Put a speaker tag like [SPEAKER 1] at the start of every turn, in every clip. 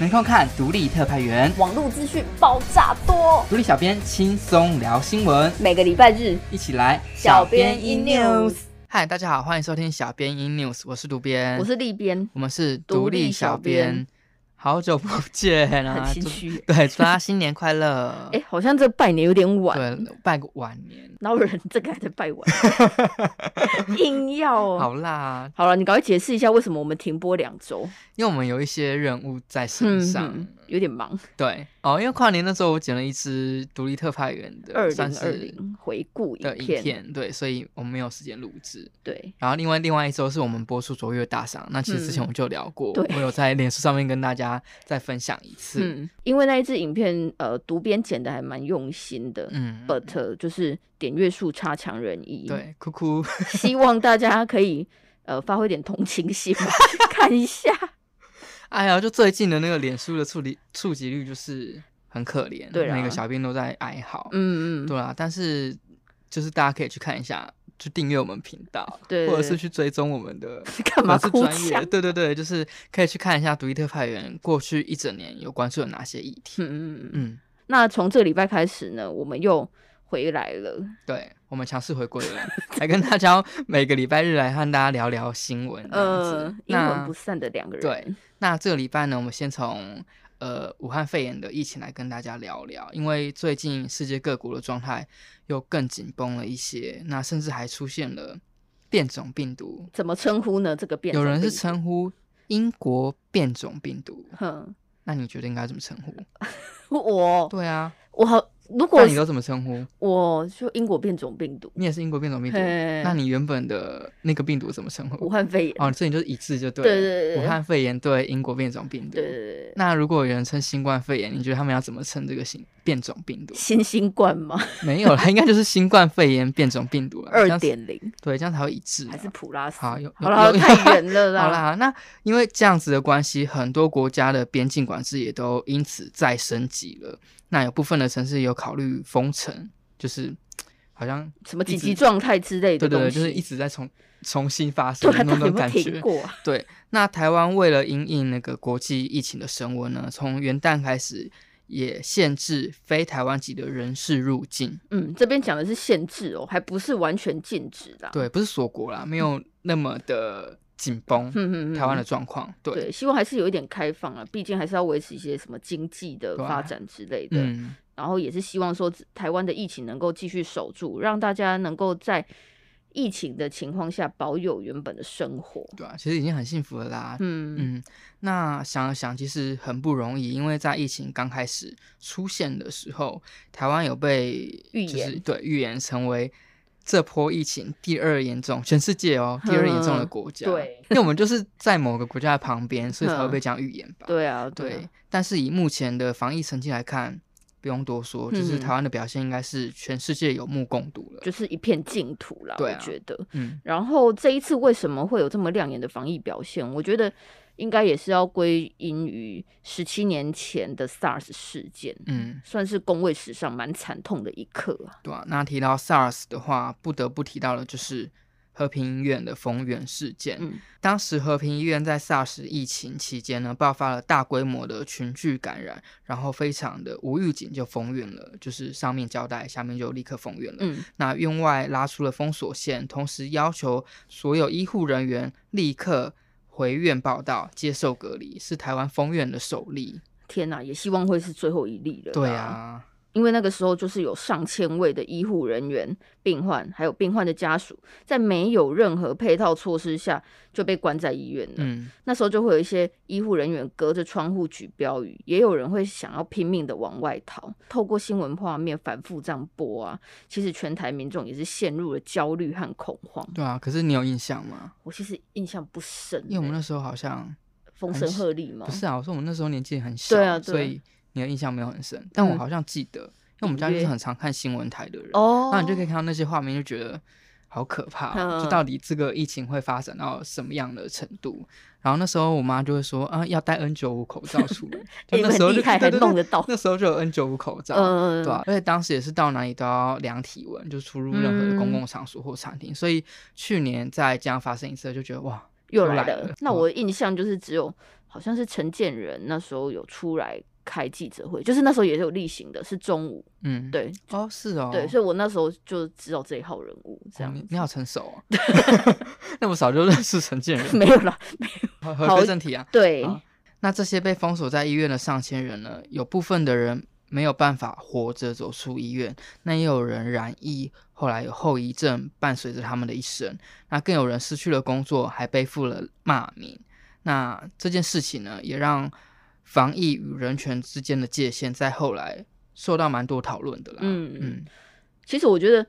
[SPEAKER 1] 没空看独立特派员，
[SPEAKER 2] 网络资讯爆炸多，
[SPEAKER 1] 独立小编轻松聊新闻，
[SPEAKER 2] 每个礼拜日，
[SPEAKER 1] 一起来
[SPEAKER 2] 小编 in news。
[SPEAKER 1] 嗨，大家好，欢迎收听小编 in news，我是渡边，
[SPEAKER 2] 我是立边，
[SPEAKER 1] 我们是
[SPEAKER 2] 独立小编，
[SPEAKER 1] 好久不见
[SPEAKER 2] 很
[SPEAKER 1] 啊！
[SPEAKER 2] 心
[SPEAKER 1] 祝。
[SPEAKER 2] 虚
[SPEAKER 1] 对，祝大家新年快 乐！
[SPEAKER 2] 哎、好像这拜年有点晚，
[SPEAKER 1] 对，拜个晚年，
[SPEAKER 2] 然后人这个还在拜 晚，硬要哦。
[SPEAKER 1] 好啦，
[SPEAKER 2] 好了，你赶快解释一下为什么我们停播两周，
[SPEAKER 1] 因为我们有一些任务在身上。
[SPEAKER 2] 嗯有点忙。
[SPEAKER 1] 对哦，因为跨年那时候我剪了一支独立特派员的，
[SPEAKER 2] 二
[SPEAKER 1] 算
[SPEAKER 2] 零二
[SPEAKER 1] 是
[SPEAKER 2] 零回顾
[SPEAKER 1] 的
[SPEAKER 2] 影
[SPEAKER 1] 影
[SPEAKER 2] 片，
[SPEAKER 1] 片，对，所以我们没有时间录制。
[SPEAKER 2] 对，
[SPEAKER 1] 然后另外另外一周是我们播出卓越大赏，那其实之前
[SPEAKER 2] 嗯
[SPEAKER 1] 我就聊过，
[SPEAKER 2] 对
[SPEAKER 1] 我有在脸书上面跟大家再分享一次。
[SPEAKER 2] 嗯，因为那一支影片，呃，独编剪的还蛮用心的、
[SPEAKER 1] 嗯
[SPEAKER 2] b u t 就是点阅数差强人意。，
[SPEAKER 1] 对，哭哭，
[SPEAKER 2] 希望大家可以呃发挥点同情 心吧，看一下。
[SPEAKER 1] 哎呀，就最近的那个脸书的触及触及率就是很可怜，
[SPEAKER 2] 对啊
[SPEAKER 1] 每个小编都在哀嚎，
[SPEAKER 2] 嗯嗯，
[SPEAKER 1] 对啊，但是就是大家可以去看一下，就订阅我们频道，
[SPEAKER 2] 对
[SPEAKER 1] 啊或者
[SPEAKER 2] 对
[SPEAKER 1] 是去追踪我们的
[SPEAKER 2] 干嘛
[SPEAKER 1] 粉丝
[SPEAKER 2] 哭
[SPEAKER 1] 专业
[SPEAKER 2] 腔
[SPEAKER 1] 对对对，就是可以去看一下独立特派员过去一整年有关注有哪些议题。
[SPEAKER 2] 嗯嗯嗯。
[SPEAKER 1] 嗯，
[SPEAKER 2] 那从这个礼拜开始呢，我们又回来了。
[SPEAKER 1] 对，我们强势回归了， 来跟大家每个礼拜日来和大家聊聊新闻。
[SPEAKER 2] 呃
[SPEAKER 1] 呃，，
[SPEAKER 2] 阴魂
[SPEAKER 1] 那
[SPEAKER 2] 不散的两个人。
[SPEAKER 1] 对，那这个礼拜呢，我们先从呃武汉肺炎的疫情来跟大家聊聊，因为最近世界各国的状态又更紧绷了一些，那甚至还出现了变种病毒，
[SPEAKER 2] 怎么称呼呢？这个变
[SPEAKER 1] 有人是
[SPEAKER 2] 种病
[SPEAKER 1] 称呼英国变种病毒，
[SPEAKER 2] 哼，
[SPEAKER 1] 那你觉得应该怎么称呼？
[SPEAKER 2] 我
[SPEAKER 1] 对啊，
[SPEAKER 2] 我好，如果
[SPEAKER 1] 那你都怎么称呼？
[SPEAKER 2] 我就英国变种病毒，
[SPEAKER 1] 你也是英国变种病毒，
[SPEAKER 2] 嘿
[SPEAKER 1] 那你原本的那个病毒怎么称呼
[SPEAKER 2] 武？汉肺炎。
[SPEAKER 1] 哦，所以你就是一致就对了。
[SPEAKER 2] 对对对
[SPEAKER 1] 武汉肺炎对英国变种病毒。
[SPEAKER 2] 对对对对，？
[SPEAKER 1] 那如果有人称新冠肺炎，你觉得他们要怎么称这个新变种病毒
[SPEAKER 2] 新新冠吗？
[SPEAKER 1] 没有啦，应该就是新冠肺炎变种病毒了。啊这
[SPEAKER 2] 二
[SPEAKER 1] 样子
[SPEAKER 2] 点零
[SPEAKER 1] 对，这样才会一致啊。
[SPEAKER 2] 还是普拉斯？
[SPEAKER 1] 好有
[SPEAKER 2] 好了，
[SPEAKER 1] 有有
[SPEAKER 2] 太远了 啦。
[SPEAKER 1] 好啦，那因为这样子的关系，很多国家的边境管制也都因此再升级了。那有部分的城市有考虑封城，就是好像
[SPEAKER 2] 什么
[SPEAKER 1] 一
[SPEAKER 2] 紧
[SPEAKER 1] 直
[SPEAKER 2] 急状态之类
[SPEAKER 1] 对对
[SPEAKER 2] 的东
[SPEAKER 1] 对，
[SPEAKER 2] 西，
[SPEAKER 1] 就是一直在重重新发生
[SPEAKER 2] 对
[SPEAKER 1] 的
[SPEAKER 2] 啊，
[SPEAKER 1] 那
[SPEAKER 2] 到底有
[SPEAKER 1] 种
[SPEAKER 2] 没
[SPEAKER 1] 感
[SPEAKER 2] 有停
[SPEAKER 1] 觉。
[SPEAKER 2] 过啊？
[SPEAKER 1] 对，那台湾为了因应那个国际疫情的升温呢，从元旦开始也限制非台湾籍的人士入境。
[SPEAKER 2] 嗯，这边讲的是限制哦，还不是完全禁止啦。，
[SPEAKER 1] 对，不是锁国啦，没有那么的紧绷。
[SPEAKER 2] 嗯嗯嗯，
[SPEAKER 1] 台湾的状况，对，
[SPEAKER 2] 对，希望还是有一点开放啊，毕竟还是要维持一些什么经济的
[SPEAKER 1] 对啊
[SPEAKER 2] 发展之类的。
[SPEAKER 1] 嗯，
[SPEAKER 2] 然后也是希望说台湾的疫情能够继续守住，让大家能够在疫情的情况下保有原本的生活。
[SPEAKER 1] 对啊，其实已经很幸福了啦。
[SPEAKER 2] 嗯，
[SPEAKER 1] 嗯，那想了想，其实很不容易，因为在疫情刚开始出现的时候，台湾有被
[SPEAKER 2] 预
[SPEAKER 1] 就是
[SPEAKER 2] 言
[SPEAKER 1] 对预言成为这波疫情第二严重，全世界哦第二严重的
[SPEAKER 2] 嗯
[SPEAKER 1] 国家。
[SPEAKER 2] 对，
[SPEAKER 1] 因为我们就是在某个国家的旁边，所以才会
[SPEAKER 2] 嗯
[SPEAKER 1] 被讲预言吧。
[SPEAKER 2] 对啊，
[SPEAKER 1] 对
[SPEAKER 2] 啊，
[SPEAKER 1] 但是以目前的防疫成绩来看，不用多说，就是
[SPEAKER 2] 嗯
[SPEAKER 1] 台湾的表现应该是全世界有目共睹了。
[SPEAKER 2] 就是一片净土啦，
[SPEAKER 1] 对啊
[SPEAKER 2] 我觉得。
[SPEAKER 1] 嗯，
[SPEAKER 2] 然后这一次为什么会有这么亮眼的防疫表现？我觉得应该也是要归因于十七年前的 SARS 事件，
[SPEAKER 1] 嗯，
[SPEAKER 2] 算是工位史上蛮惨痛的一刻啊。
[SPEAKER 1] 对啊。那提到 SARS 的话，不得不提到的就是和平医院的封院事件。
[SPEAKER 2] 嗯
[SPEAKER 1] 当时和平医院在 SARS 疫情期间呢，爆发了大规模的群聚感染，然后非常的无预警就封院了，就是上面交代，下面就立刻封院了。
[SPEAKER 2] 嗯，
[SPEAKER 1] 那院外拉出了封锁线，同时要求所有医护人员立刻回院报道，接受隔离，是台湾封院的首例。
[SPEAKER 2] 天啊哪，也希望会是最后一例了。
[SPEAKER 1] 对，啊，
[SPEAKER 2] 因为那个时候就是有上千位的医护人员、病患，还有病患的家属，在没有任何配套措施下就被关在医院了。
[SPEAKER 1] 嗯，
[SPEAKER 2] 那时候就会有一些医护人员隔着窗户举标语，也有人会想要拼命的往外逃。透过新闻画面反复这样播啊，其实全台民众也是陷入了焦虑和恐慌。
[SPEAKER 1] 对啊。可是你有印象吗？
[SPEAKER 2] 我其实印象不深欸、
[SPEAKER 1] 因为我们那时候好像
[SPEAKER 2] 风声鹤唳嘛，
[SPEAKER 1] 不是啊，我说我们那时候年纪很小，
[SPEAKER 2] 嗯对啊对啊
[SPEAKER 1] 所以你的印象没有很深，但我
[SPEAKER 2] 嗯
[SPEAKER 1] 好像记得，因为我们家
[SPEAKER 2] 隐
[SPEAKER 1] 就
[SPEAKER 2] 约
[SPEAKER 1] 是很常看新闻台的人，
[SPEAKER 2] 哦，
[SPEAKER 1] 那你就可以看到那些画面，就觉得好可怕哦、
[SPEAKER 2] 嗯
[SPEAKER 1] 就到底这个疫情会发展到什么样的程度？然后那时候我妈就会说啊，要戴 N 九五口罩出 门，就
[SPEAKER 2] 欸
[SPEAKER 1] 那时候
[SPEAKER 2] 你
[SPEAKER 1] 就
[SPEAKER 2] 很厉害，还
[SPEAKER 1] 对对
[SPEAKER 2] 弄
[SPEAKER 1] 对，
[SPEAKER 2] 得到，
[SPEAKER 1] 那时候就有 N 九五口罩。
[SPEAKER 2] 嗯，
[SPEAKER 1] 对、啊，而且当时也是到哪里都要量体温，就出入任何的公
[SPEAKER 2] 嗯
[SPEAKER 1] 共场所或餐厅，所以去年再这样发生一次，就觉得哇，
[SPEAKER 2] 又
[SPEAKER 1] 又
[SPEAKER 2] 来
[SPEAKER 1] 来
[SPEAKER 2] 了
[SPEAKER 1] 了。
[SPEAKER 2] 那我的印象就是只有好像是陈建仁那时候有出来开记者会，就是那时候也是有例行的，是中午。
[SPEAKER 1] 嗯，，
[SPEAKER 2] 对、
[SPEAKER 1] 哦，是哦，
[SPEAKER 2] 对，所以我那时候就知道这一号人物这
[SPEAKER 1] 哦
[SPEAKER 2] 样。
[SPEAKER 1] 你你好成熟啊， 那么早就认识陈建仁，
[SPEAKER 2] 没有 啦，
[SPEAKER 1] 好回
[SPEAKER 2] 好
[SPEAKER 1] 归正题嗯啊。
[SPEAKER 2] 对，
[SPEAKER 1] 好那这些被封锁在医院的上千人呢，有部分的人没有办法活着走出医院，那也有人染疫，后来有后遗症伴随着他们的一生，那更有人失去了工作，还背负了骂名。那这件事情呢，也让防疫与人权之间的界限在后来受到蛮多讨论的啦。
[SPEAKER 2] 嗯
[SPEAKER 1] 嗯
[SPEAKER 2] 其实我觉得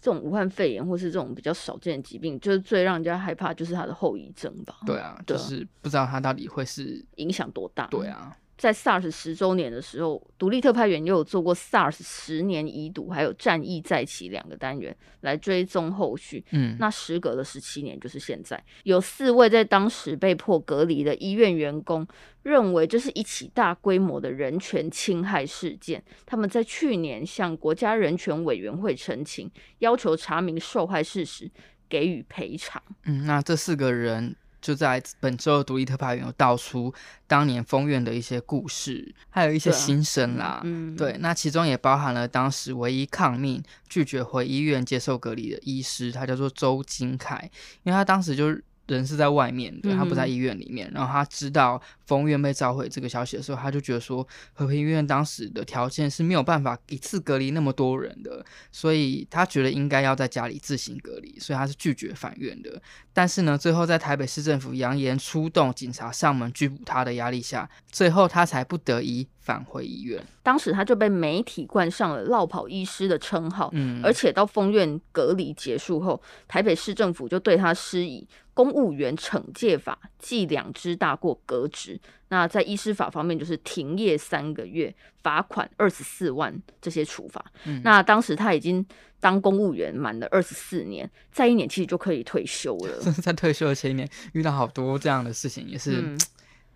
[SPEAKER 2] 这种武汉肺炎或是这种比较少见的疾病，就是最让人家害怕就是它的后遗症吧。
[SPEAKER 1] 对，啊，
[SPEAKER 2] 对
[SPEAKER 1] 就
[SPEAKER 2] 啊
[SPEAKER 1] 是不知道他到底会是
[SPEAKER 2] 影响多大？
[SPEAKER 1] 对。啊，
[SPEAKER 2] 在 SARS 十周年的时候，独立特派员也有做过 SARS 十年遗毒，还有战役再起两个单元来追踪后续。
[SPEAKER 1] 嗯，
[SPEAKER 2] 那时隔了十七年，就是现在，有四位在当时被迫隔离的医院员工认为这是一起大规模的人权侵害事件。他们在去年向国家人权委员会陈情，要求查明受害事实，给予赔偿。
[SPEAKER 1] 嗯，那这四个人就在本周的独立特派员有道出当年封院的一些故事，还有一些
[SPEAKER 2] 对啊
[SPEAKER 1] 心声啦。
[SPEAKER 2] 嗯，
[SPEAKER 1] 对，那其中也包含了当时唯一抗命、拒绝回医院接受隔离的医师，他叫做周金凯，因为他当时就是人是在外面的，他不在
[SPEAKER 2] 嗯
[SPEAKER 1] 医院里面。然后他知道封院被召回这个消息的时候，他就觉得说，和平医院当时的条件是没有办法一次隔离那么多人的，所以他觉得应该要在家里自行隔离，所以他是拒绝返院的。但是呢，最后在台北市政府扬言出动警察上门拘捕他的压力下，最后他才不得已返回医院。
[SPEAKER 2] 当时他就被媒体冠上了“落跑医师”的称号。
[SPEAKER 1] 嗯，
[SPEAKER 2] 而且到封院隔离结束后，台北市政府就对他施以公务员惩戒法记两支大过革职。那在医师法方面，就是停业三个月、罚款二十四万这些处罚。
[SPEAKER 1] 嗯
[SPEAKER 2] 那当时他已经当公务员满了二十四年，再一年其实就可以退休 了。
[SPEAKER 1] 在退休的前一年遇到好多这样的事情，也是
[SPEAKER 2] 嗯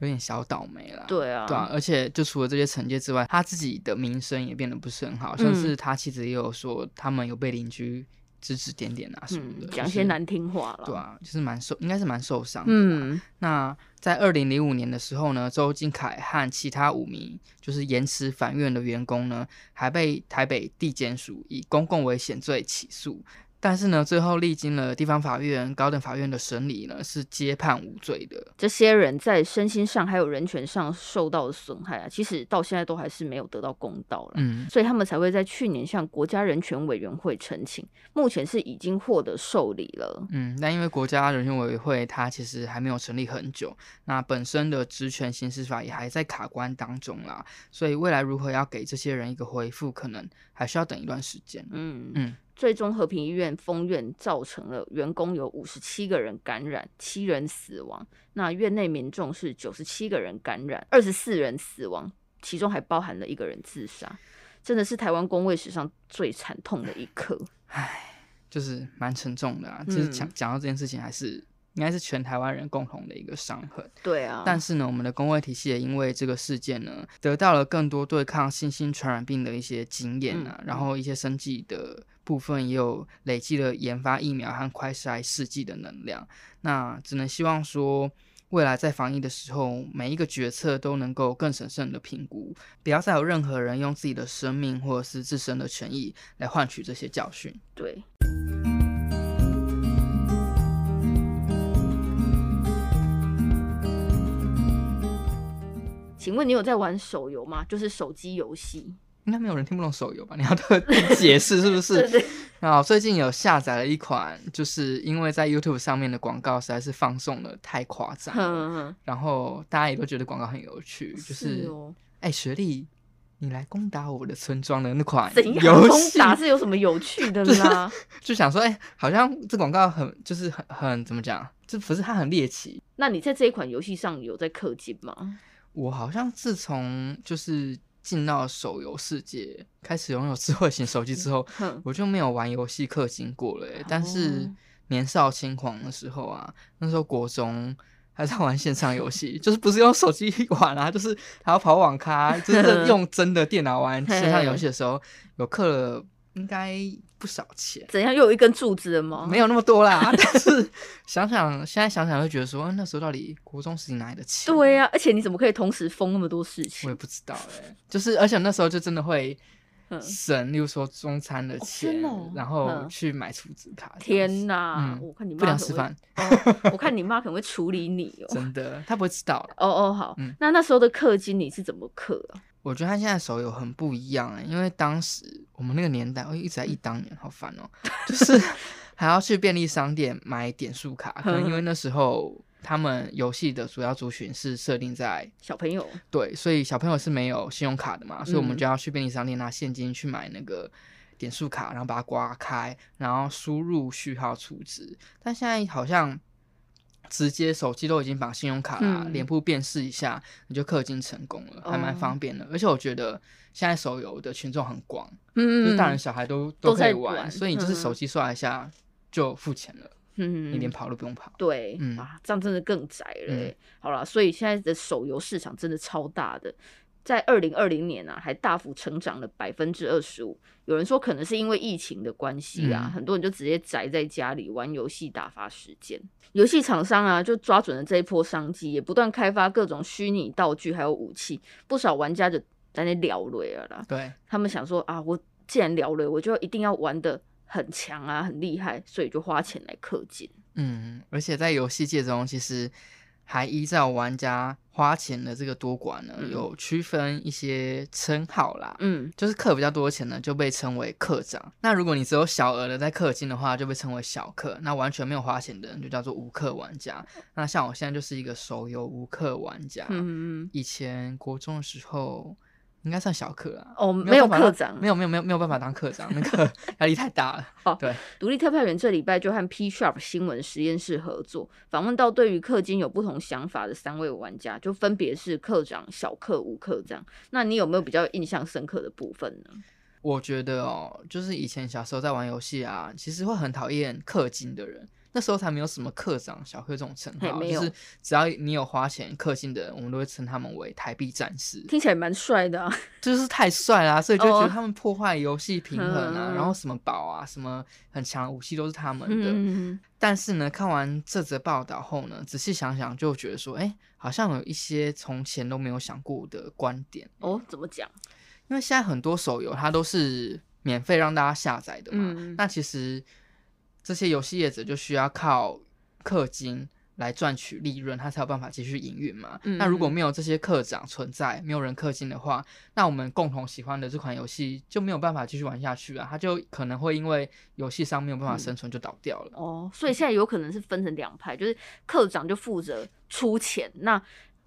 [SPEAKER 1] 有点小倒霉啦。
[SPEAKER 2] 对啊，
[SPEAKER 1] 对啊，而且就除了这些惩戒之外，他自己的名声也变得不是很好，像
[SPEAKER 2] 嗯
[SPEAKER 1] 是他妻子也有说，他们有被邻居指指点点啊什么的，就
[SPEAKER 2] 嗯，讲一些
[SPEAKER 1] 是
[SPEAKER 2] 难听话了。
[SPEAKER 1] 对啊，就是蛮受，应该是蛮受伤的。嗯，
[SPEAKER 2] 嗯，
[SPEAKER 1] 那在二零零五年的时候呢，周金凯和其他五名就是延迟返院的员工呢，还被台北地检署以公共危险罪起诉。但是呢，最后历经了地方法院、高等法院的审理呢，是皆判无罪的。
[SPEAKER 2] 这些人在身心上还有人权上受到的损害啊，其实到现在都还是没有得到公道了。
[SPEAKER 1] 嗯
[SPEAKER 2] 所以他们才会在去年向国家人权委员会陈情，目前是已经获得受理了。
[SPEAKER 1] 嗯，那因为国家人权委员会它其实还没有成立很久，那本身的职权行使法也还在卡关当中啦，所以未来如何要给这些人一个回复，可能还需要等一段时间。
[SPEAKER 2] 嗯
[SPEAKER 1] 嗯
[SPEAKER 2] 最终和平医院封院造成了员工有五十七个人感染，七人死亡。那院内民众是九十七个人感染，二十四人死亡，其中还包含了一个人自杀。真的是台湾工位史上最惨痛的一刻。
[SPEAKER 1] 就是蛮沉重的啊。就是讲
[SPEAKER 2] 嗯
[SPEAKER 1] 讲到这件事情，还是应该是全台湾人共同的一个伤痕。
[SPEAKER 2] 对啊，
[SPEAKER 1] 但是呢，我们的工会体系也因为这个事件呢，得到了更多对抗新兴传染病的一些经验啊，
[SPEAKER 2] 嗯
[SPEAKER 1] 然后一些生计的部分也有累积了研发疫苗和快筛试剂的能量。那只能希望说。未来在防疫的时候，每一个决策都能够更审慎的评估，不要再有任何人用自己的生命或者是自身的权益来换取这些教训。
[SPEAKER 2] 对，请问你有在玩手游吗？就是手机游戏。
[SPEAKER 1] 应该没有人听不懂手游吧？你要特 地解释是不
[SPEAKER 2] 对
[SPEAKER 1] 是？
[SPEAKER 2] 对，
[SPEAKER 1] 然后最近有下载了一款，就是因为在 YouTube 上面的广告实在是放送的太夸张了，
[SPEAKER 2] 嗯，
[SPEAKER 1] 然后大家也都觉得广告很有趣，就是是
[SPEAKER 2] 哦。
[SPEAKER 1] 哎、学历，你来攻打我的村庄的那款
[SPEAKER 2] 怎样？
[SPEAKER 1] 游
[SPEAKER 2] 攻
[SPEAKER 1] 戏，
[SPEAKER 2] 打是有什么有趣的 啦？
[SPEAKER 1] 就想说哎、好像这广告很就是很很怎么讲，这不是它很猎奇。
[SPEAKER 2] 那你在这一款游戏上有在氪金吗？
[SPEAKER 1] 我好像自从就是进到手游世界，开始拥有智慧型手机之后，
[SPEAKER 2] 哼，
[SPEAKER 1] 我就没有玩游戏氪金过了欸、但是
[SPEAKER 2] 哦
[SPEAKER 1] 年少轻狂的时候啊，那时候国中还在玩线上游戏，就是不是用手机玩啊，就是 还要跑网咖，就是用真的电脑玩线上游戏的时候，有氪了应该不少钱，
[SPEAKER 2] 怎样又有一根柱子了吗？
[SPEAKER 1] 没有那么多啦。 但是想想现在想想，会觉得说、啊那时候到底国中时期哪来的钱？啊
[SPEAKER 2] 对啊呀、而且你怎么可以同时封那么多事
[SPEAKER 1] 我
[SPEAKER 2] 情
[SPEAKER 1] 也？不知道哎、就是而且那时候就真的会
[SPEAKER 2] 嗯
[SPEAKER 1] 省，例如说中餐的
[SPEAKER 2] 哦
[SPEAKER 1] 钱，
[SPEAKER 2] 真的哦
[SPEAKER 1] 然后
[SPEAKER 2] 嗯
[SPEAKER 1] 去买储值卡。
[SPEAKER 2] 天！哪！
[SPEAKER 1] 嗯
[SPEAKER 2] 我看你妈
[SPEAKER 1] 不良
[SPEAKER 2] 可
[SPEAKER 1] 示
[SPEAKER 2] 能会
[SPEAKER 1] 范，
[SPEAKER 2] 哦，我看你妈可能会处理你哦。
[SPEAKER 1] 真的，他不会知道啦。
[SPEAKER 2] 哦哦，好，
[SPEAKER 1] 嗯
[SPEAKER 2] 那那时候的氪金你是怎么氪啊？
[SPEAKER 1] 我觉得他现在手游很不一样哎、因为当时我们那个年代，哦我一直在忆当年，好烦哦、 就是还要去便利商店买点数卡，可能因为
[SPEAKER 2] 嗯
[SPEAKER 1] 那时候他们游戏的主要族群是设定在
[SPEAKER 2] 小朋友，
[SPEAKER 1] 对，所以小朋友是没有信用卡的嘛，所以我们
[SPEAKER 2] 嗯
[SPEAKER 1] 就要去便利商店拿现金去买那个点数卡，然后把它刮开，然后输入序号储值。但现在好像直接手机都已经绑信用卡啦，
[SPEAKER 2] 嗯
[SPEAKER 1] 脸部辨识一下你就氪金成功了，还蛮
[SPEAKER 2] 哦
[SPEAKER 1] 方便的。而且我觉得现在手游的群众很广，就
[SPEAKER 2] 嗯
[SPEAKER 1] 是大人小孩都
[SPEAKER 2] 都
[SPEAKER 1] 可以
[SPEAKER 2] 在玩
[SPEAKER 1] 所以你就是
[SPEAKER 2] 嗯
[SPEAKER 1] 手机刷一下就付钱了，你连
[SPEAKER 2] 嗯，
[SPEAKER 1] 跑都不用跑。
[SPEAKER 2] 对、
[SPEAKER 1] 嗯
[SPEAKER 2] 啊，这样真的更窄了
[SPEAKER 1] 嗯
[SPEAKER 2] 欸、好啦，所以现在的手游市场真的超大的。在二零二零年啊，还大幅成长了百分之二十五。有人说可能是因为疫情的关系啊，
[SPEAKER 1] 嗯
[SPEAKER 2] 很多人就直接宅在家里玩游戏打发时间。游戏厂商啊，就抓准了这一波商机，也不断开发各种虚拟道具还有武器，不少玩家就在那聊累了啦。
[SPEAKER 1] 对，
[SPEAKER 2] 他们想说啊，我既然聊了，我就一定要玩的很强啊，很厉害，所以就花钱来氪金。
[SPEAKER 1] 嗯，而且在游戏界中，其实还依照玩家花钱的这个多寡呢，
[SPEAKER 2] 嗯
[SPEAKER 1] 有区分一些称号啦。
[SPEAKER 2] 嗯，
[SPEAKER 1] 就是氪比较多的钱呢，就被称为氪长。那如果你只有小额的在氪金的话，就被称为小氪。那完全没有花钱的人就叫做无氪玩家。那像我现在就是一个手游无氪玩家。
[SPEAKER 2] 嗯，
[SPEAKER 1] 以前国中的时候应该算小氪啦。
[SPEAKER 2] 哦，没有
[SPEAKER 1] 办法
[SPEAKER 2] 课
[SPEAKER 1] 当
[SPEAKER 2] 长，
[SPEAKER 1] 没有没有没有没有办法当课长，那个 压力太大了。
[SPEAKER 2] 独立特派员这礼拜就和 P Sharp 新闻实验室合作，访问到对于氪金有不同想法的三位玩家，就分别是课长、小课、无课这样。那你有没有比较印象深刻的部分呢？
[SPEAKER 1] 我觉得哦，就是以前小时候在玩游戏啊，其实会很讨厌氪金的人。那时候才没有什么课长、小课这种称
[SPEAKER 2] 嘿
[SPEAKER 1] 号，啊
[SPEAKER 2] 没
[SPEAKER 1] 就
[SPEAKER 2] 有
[SPEAKER 1] 是只要你有花钱氪金的人，我们都会称他们为台币战士，
[SPEAKER 2] 听起来蛮帅的、啊，
[SPEAKER 1] 就是太帅啦、所以就觉
[SPEAKER 2] 哦
[SPEAKER 1] 得他们破坏游戏平衡啊，
[SPEAKER 2] 嗯
[SPEAKER 1] 然后什么宝啊、什么很强的武器都是他们的。
[SPEAKER 2] 嗯，
[SPEAKER 1] 但是呢，看完这则报道后呢，仔细想想就觉得说，哎、好像有一些从前都没有想过的观点。
[SPEAKER 2] 哦，怎么讲？
[SPEAKER 1] 因为现在很多手游它都是免费让大家下载的嘛，
[SPEAKER 2] 嗯
[SPEAKER 1] 那其实这些游戏业者就需要靠氪金来赚取利润，它才有办法继续营运嘛。
[SPEAKER 2] 嗯
[SPEAKER 1] 那如果没有这些课长存在，没有人氪金的话，那我们共同喜欢的这款游戏就没有办法继续玩下去啊，它就可能会因为游戏商没有办法生存就倒掉了。
[SPEAKER 2] 哦，所以现在有可能是分成两派，就是课长就负责出钱，那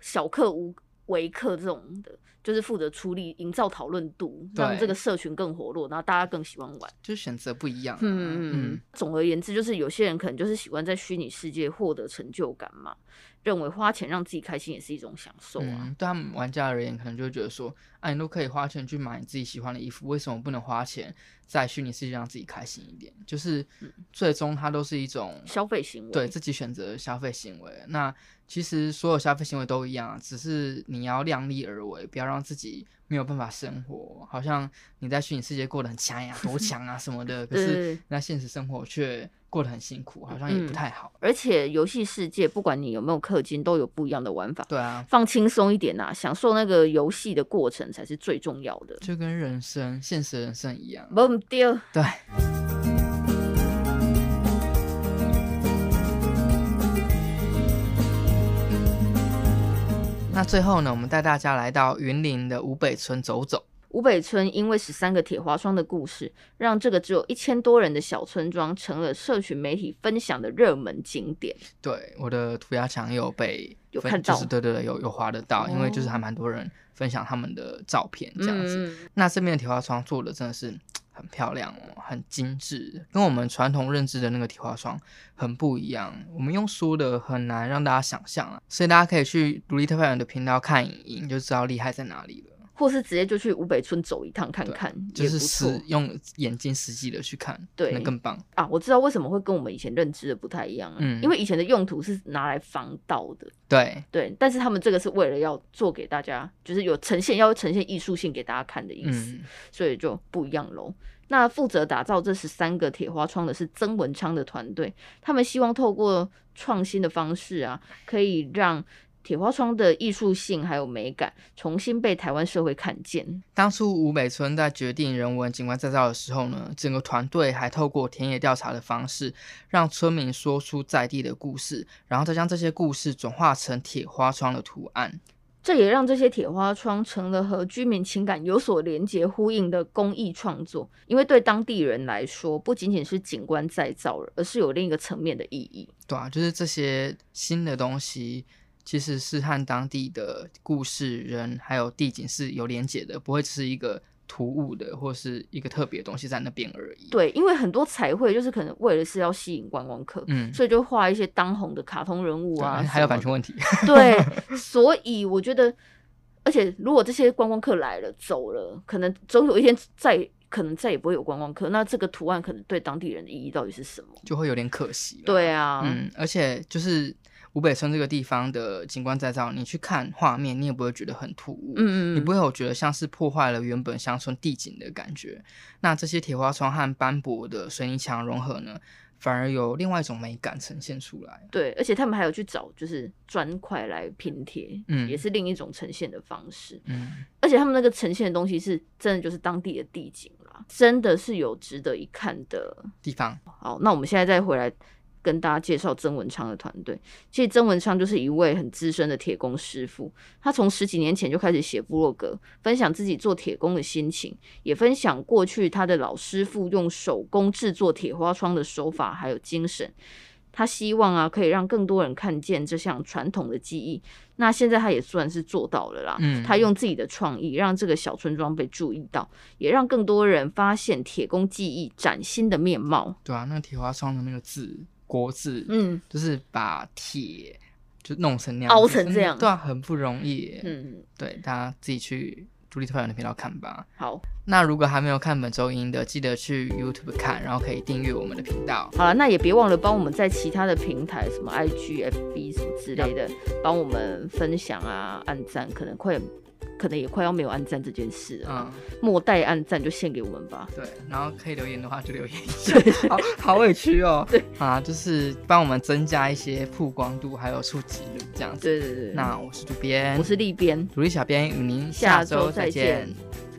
[SPEAKER 2] 小课无为课这种的，就是负责出力，营造讨论度，
[SPEAKER 1] 对
[SPEAKER 2] 让这个社群更活络，然后大家更喜欢玩。
[SPEAKER 1] 就选择不一样啊、
[SPEAKER 2] 嗯嗯嗯。总而言之，就是有些人可能就是喜欢在虚拟世界获得成就感嘛，认为花钱让自己开心也是一种享受啊。
[SPEAKER 1] 嗯，对他们玩家而言，可能就会觉得说，啊，你都可以花钱去买你自己喜欢的衣服，为什么不能花钱在虚拟世界让自己开心一点？就是最终它都是一种
[SPEAKER 2] 嗯消费行为
[SPEAKER 1] 对自己选择的消费行为。那其实所有消费行为都一样啊，只是你要量力而为，不要让自己没有办法生活，好像你在虚拟世界过得很强呀、多强啊什么的，可
[SPEAKER 2] 对对
[SPEAKER 1] 是
[SPEAKER 2] 对
[SPEAKER 1] 你在现实生活却过得很辛苦，好像也不
[SPEAKER 2] 嗯
[SPEAKER 1] 太好。
[SPEAKER 2] 而且游戏世界不管你有没有氪金，都有不一样的玩法。
[SPEAKER 1] 对啊，
[SPEAKER 2] 放轻松一点呐、享受那个游戏的过程才是最重要的。
[SPEAKER 1] 就跟人生、现实人生一样。
[SPEAKER 2] 无唔对。
[SPEAKER 1] 对。那最后呢，我们带大家来到云林的五北村走走。
[SPEAKER 2] 吴北村因为十三个铁花窗的故事，让这个只有一千多人的小村庄成了社群媒体分享的热门景点。
[SPEAKER 1] 对，我的涂鸦墙有被
[SPEAKER 2] 有
[SPEAKER 1] 分
[SPEAKER 2] 看
[SPEAKER 1] 就是
[SPEAKER 2] 到
[SPEAKER 1] 对对对，有有划得到，因为就是
[SPEAKER 2] 哦嗯
[SPEAKER 1] 还蛮多人分享他们的照片这
[SPEAKER 2] 这
[SPEAKER 1] 样
[SPEAKER 2] 样
[SPEAKER 1] 子。
[SPEAKER 2] 子，
[SPEAKER 1] 那这边的铁花窗做的真的是很漂亮哦，很精致，跟我们传统认知的那个铁花窗很不一样。我们用说的很难让大家想象啊，所以大家可以去独立特派员的频道看影音，就知道厉害在哪里了。
[SPEAKER 2] 或是直接就去吴北村走一趟看看，
[SPEAKER 1] 就
[SPEAKER 2] 也不
[SPEAKER 1] 是
[SPEAKER 2] 错
[SPEAKER 1] 实用眼睛实际的去看，
[SPEAKER 2] 对
[SPEAKER 1] 可能更棒。
[SPEAKER 2] 啊。我知道为什么会跟我们以前认知的不太一样、
[SPEAKER 1] 嗯
[SPEAKER 2] 嗯，因为以前的用途是拿来防盗的，
[SPEAKER 1] 对，
[SPEAKER 2] 对，但是他们这个是为了要做给大家，就是有呈现要呈现艺术性给大家看的意思。
[SPEAKER 1] 嗯，
[SPEAKER 2] 所以就不一样喽。那负责打造这十三个铁花窗的是曾文昌的团队，他们希望透过创新的方式啊，可以让铁花窗的艺术性还有美感重新被台湾社会看见。
[SPEAKER 1] 当初吴美村在决定人文景观再造的时候呢，整个团队还透过田野调查的方式，让村民说出在地的故事，然后再将这些故事转化成铁花窗的图案。
[SPEAKER 2] 这也让这些铁花窗成了和居民情感有所连结呼应的公益创作，因为对当地人来说，不仅仅是景观再造，而是有另一个层面的意义。
[SPEAKER 1] 对啊，就是这些新的东西，其实是和当地的故事、人还有地景是有连结的，不会只是一个突兀的或是一个特别的东西在那边而已。，
[SPEAKER 2] 对，因为很多彩绘就是可能为了是要吸引观光客，
[SPEAKER 1] 嗯，
[SPEAKER 2] 所以就画一些当红的卡通人物
[SPEAKER 1] 对
[SPEAKER 2] 啊，
[SPEAKER 1] 还有版
[SPEAKER 2] 什
[SPEAKER 1] 权问题。
[SPEAKER 2] 么对，所以我觉得，而且如果这些观光客来了走了，可能总有一天再可能再也不会有观光客，那这个图案可能对当地人的意义到底是什么？
[SPEAKER 1] 就会有点可惜了。
[SPEAKER 2] 对啊，
[SPEAKER 1] 嗯，而且就是吴北村这个地方的景观再造，你去看画面，你也不会觉得很突兀，
[SPEAKER 2] 嗯
[SPEAKER 1] 你
[SPEAKER 2] 嗯
[SPEAKER 1] 不
[SPEAKER 2] 嗯，
[SPEAKER 1] 会有觉得像是破坏了原本乡村地景的感觉。那这些铁花窗和斑驳的水泥墙融合呢，反而有另外一种美感呈现出来。
[SPEAKER 2] 对，而且他们还有去找就是砖块来拼贴，
[SPEAKER 1] 嗯
[SPEAKER 2] 也是另一种呈现的方式。
[SPEAKER 1] 嗯，
[SPEAKER 2] 而且他们那个呈现的东西是真的就是当地的地景啦，真的是有值得一看的
[SPEAKER 1] 地方
[SPEAKER 2] 好，那我们现在再回来跟大家介绍曾文昌的团队。其实曾文昌就是一位很资深的铁工师傅，他从十几年前就开始写部落格，分享自己做铁工的心情，也分享过去他的老师傅用手工制作铁花窗的手法还有精神。他希望啊，可以让更多人看见这项传统的技艺。那现在他也算是做到了啦。
[SPEAKER 1] 嗯
[SPEAKER 2] 他用自己的创意，让这个小村庄被注意到，也让更多人发现铁工技艺崭新的面貌。
[SPEAKER 1] 对啊，那个铁花窗的那个字国字，
[SPEAKER 2] 嗯
[SPEAKER 1] 就是把铁就弄成那样子，
[SPEAKER 2] 凹成这样
[SPEAKER 1] 对啊，很不容易耶。
[SPEAKER 2] 嗯，
[SPEAKER 1] 对，大家自己去独立特派员的频道看吧。
[SPEAKER 2] 好，
[SPEAKER 1] 那如果还没有看本周音的，记得去 YouTube 看，然后可以订阅我们的频道。
[SPEAKER 2] 好了，那也别忘了帮我们在其他的平台，什么 IG、FB 什么之类的，帮我们分享啊、按赞，可能快，可能也快要没有按赞这件事了，
[SPEAKER 1] 嗯，
[SPEAKER 2] 末代按赞就献给我们吧。
[SPEAKER 1] 对，然后可以留言的话就留言一下，好好委屈哦。
[SPEAKER 2] 对
[SPEAKER 1] 啊，就是帮我们增加一些曝光度，还有触及率这样子。
[SPEAKER 2] 对对对，
[SPEAKER 1] 那我是主编，
[SPEAKER 2] 我是立边，
[SPEAKER 1] 独立小编，与您
[SPEAKER 2] 下
[SPEAKER 1] 周
[SPEAKER 2] 周再
[SPEAKER 1] 见
[SPEAKER 2] 见。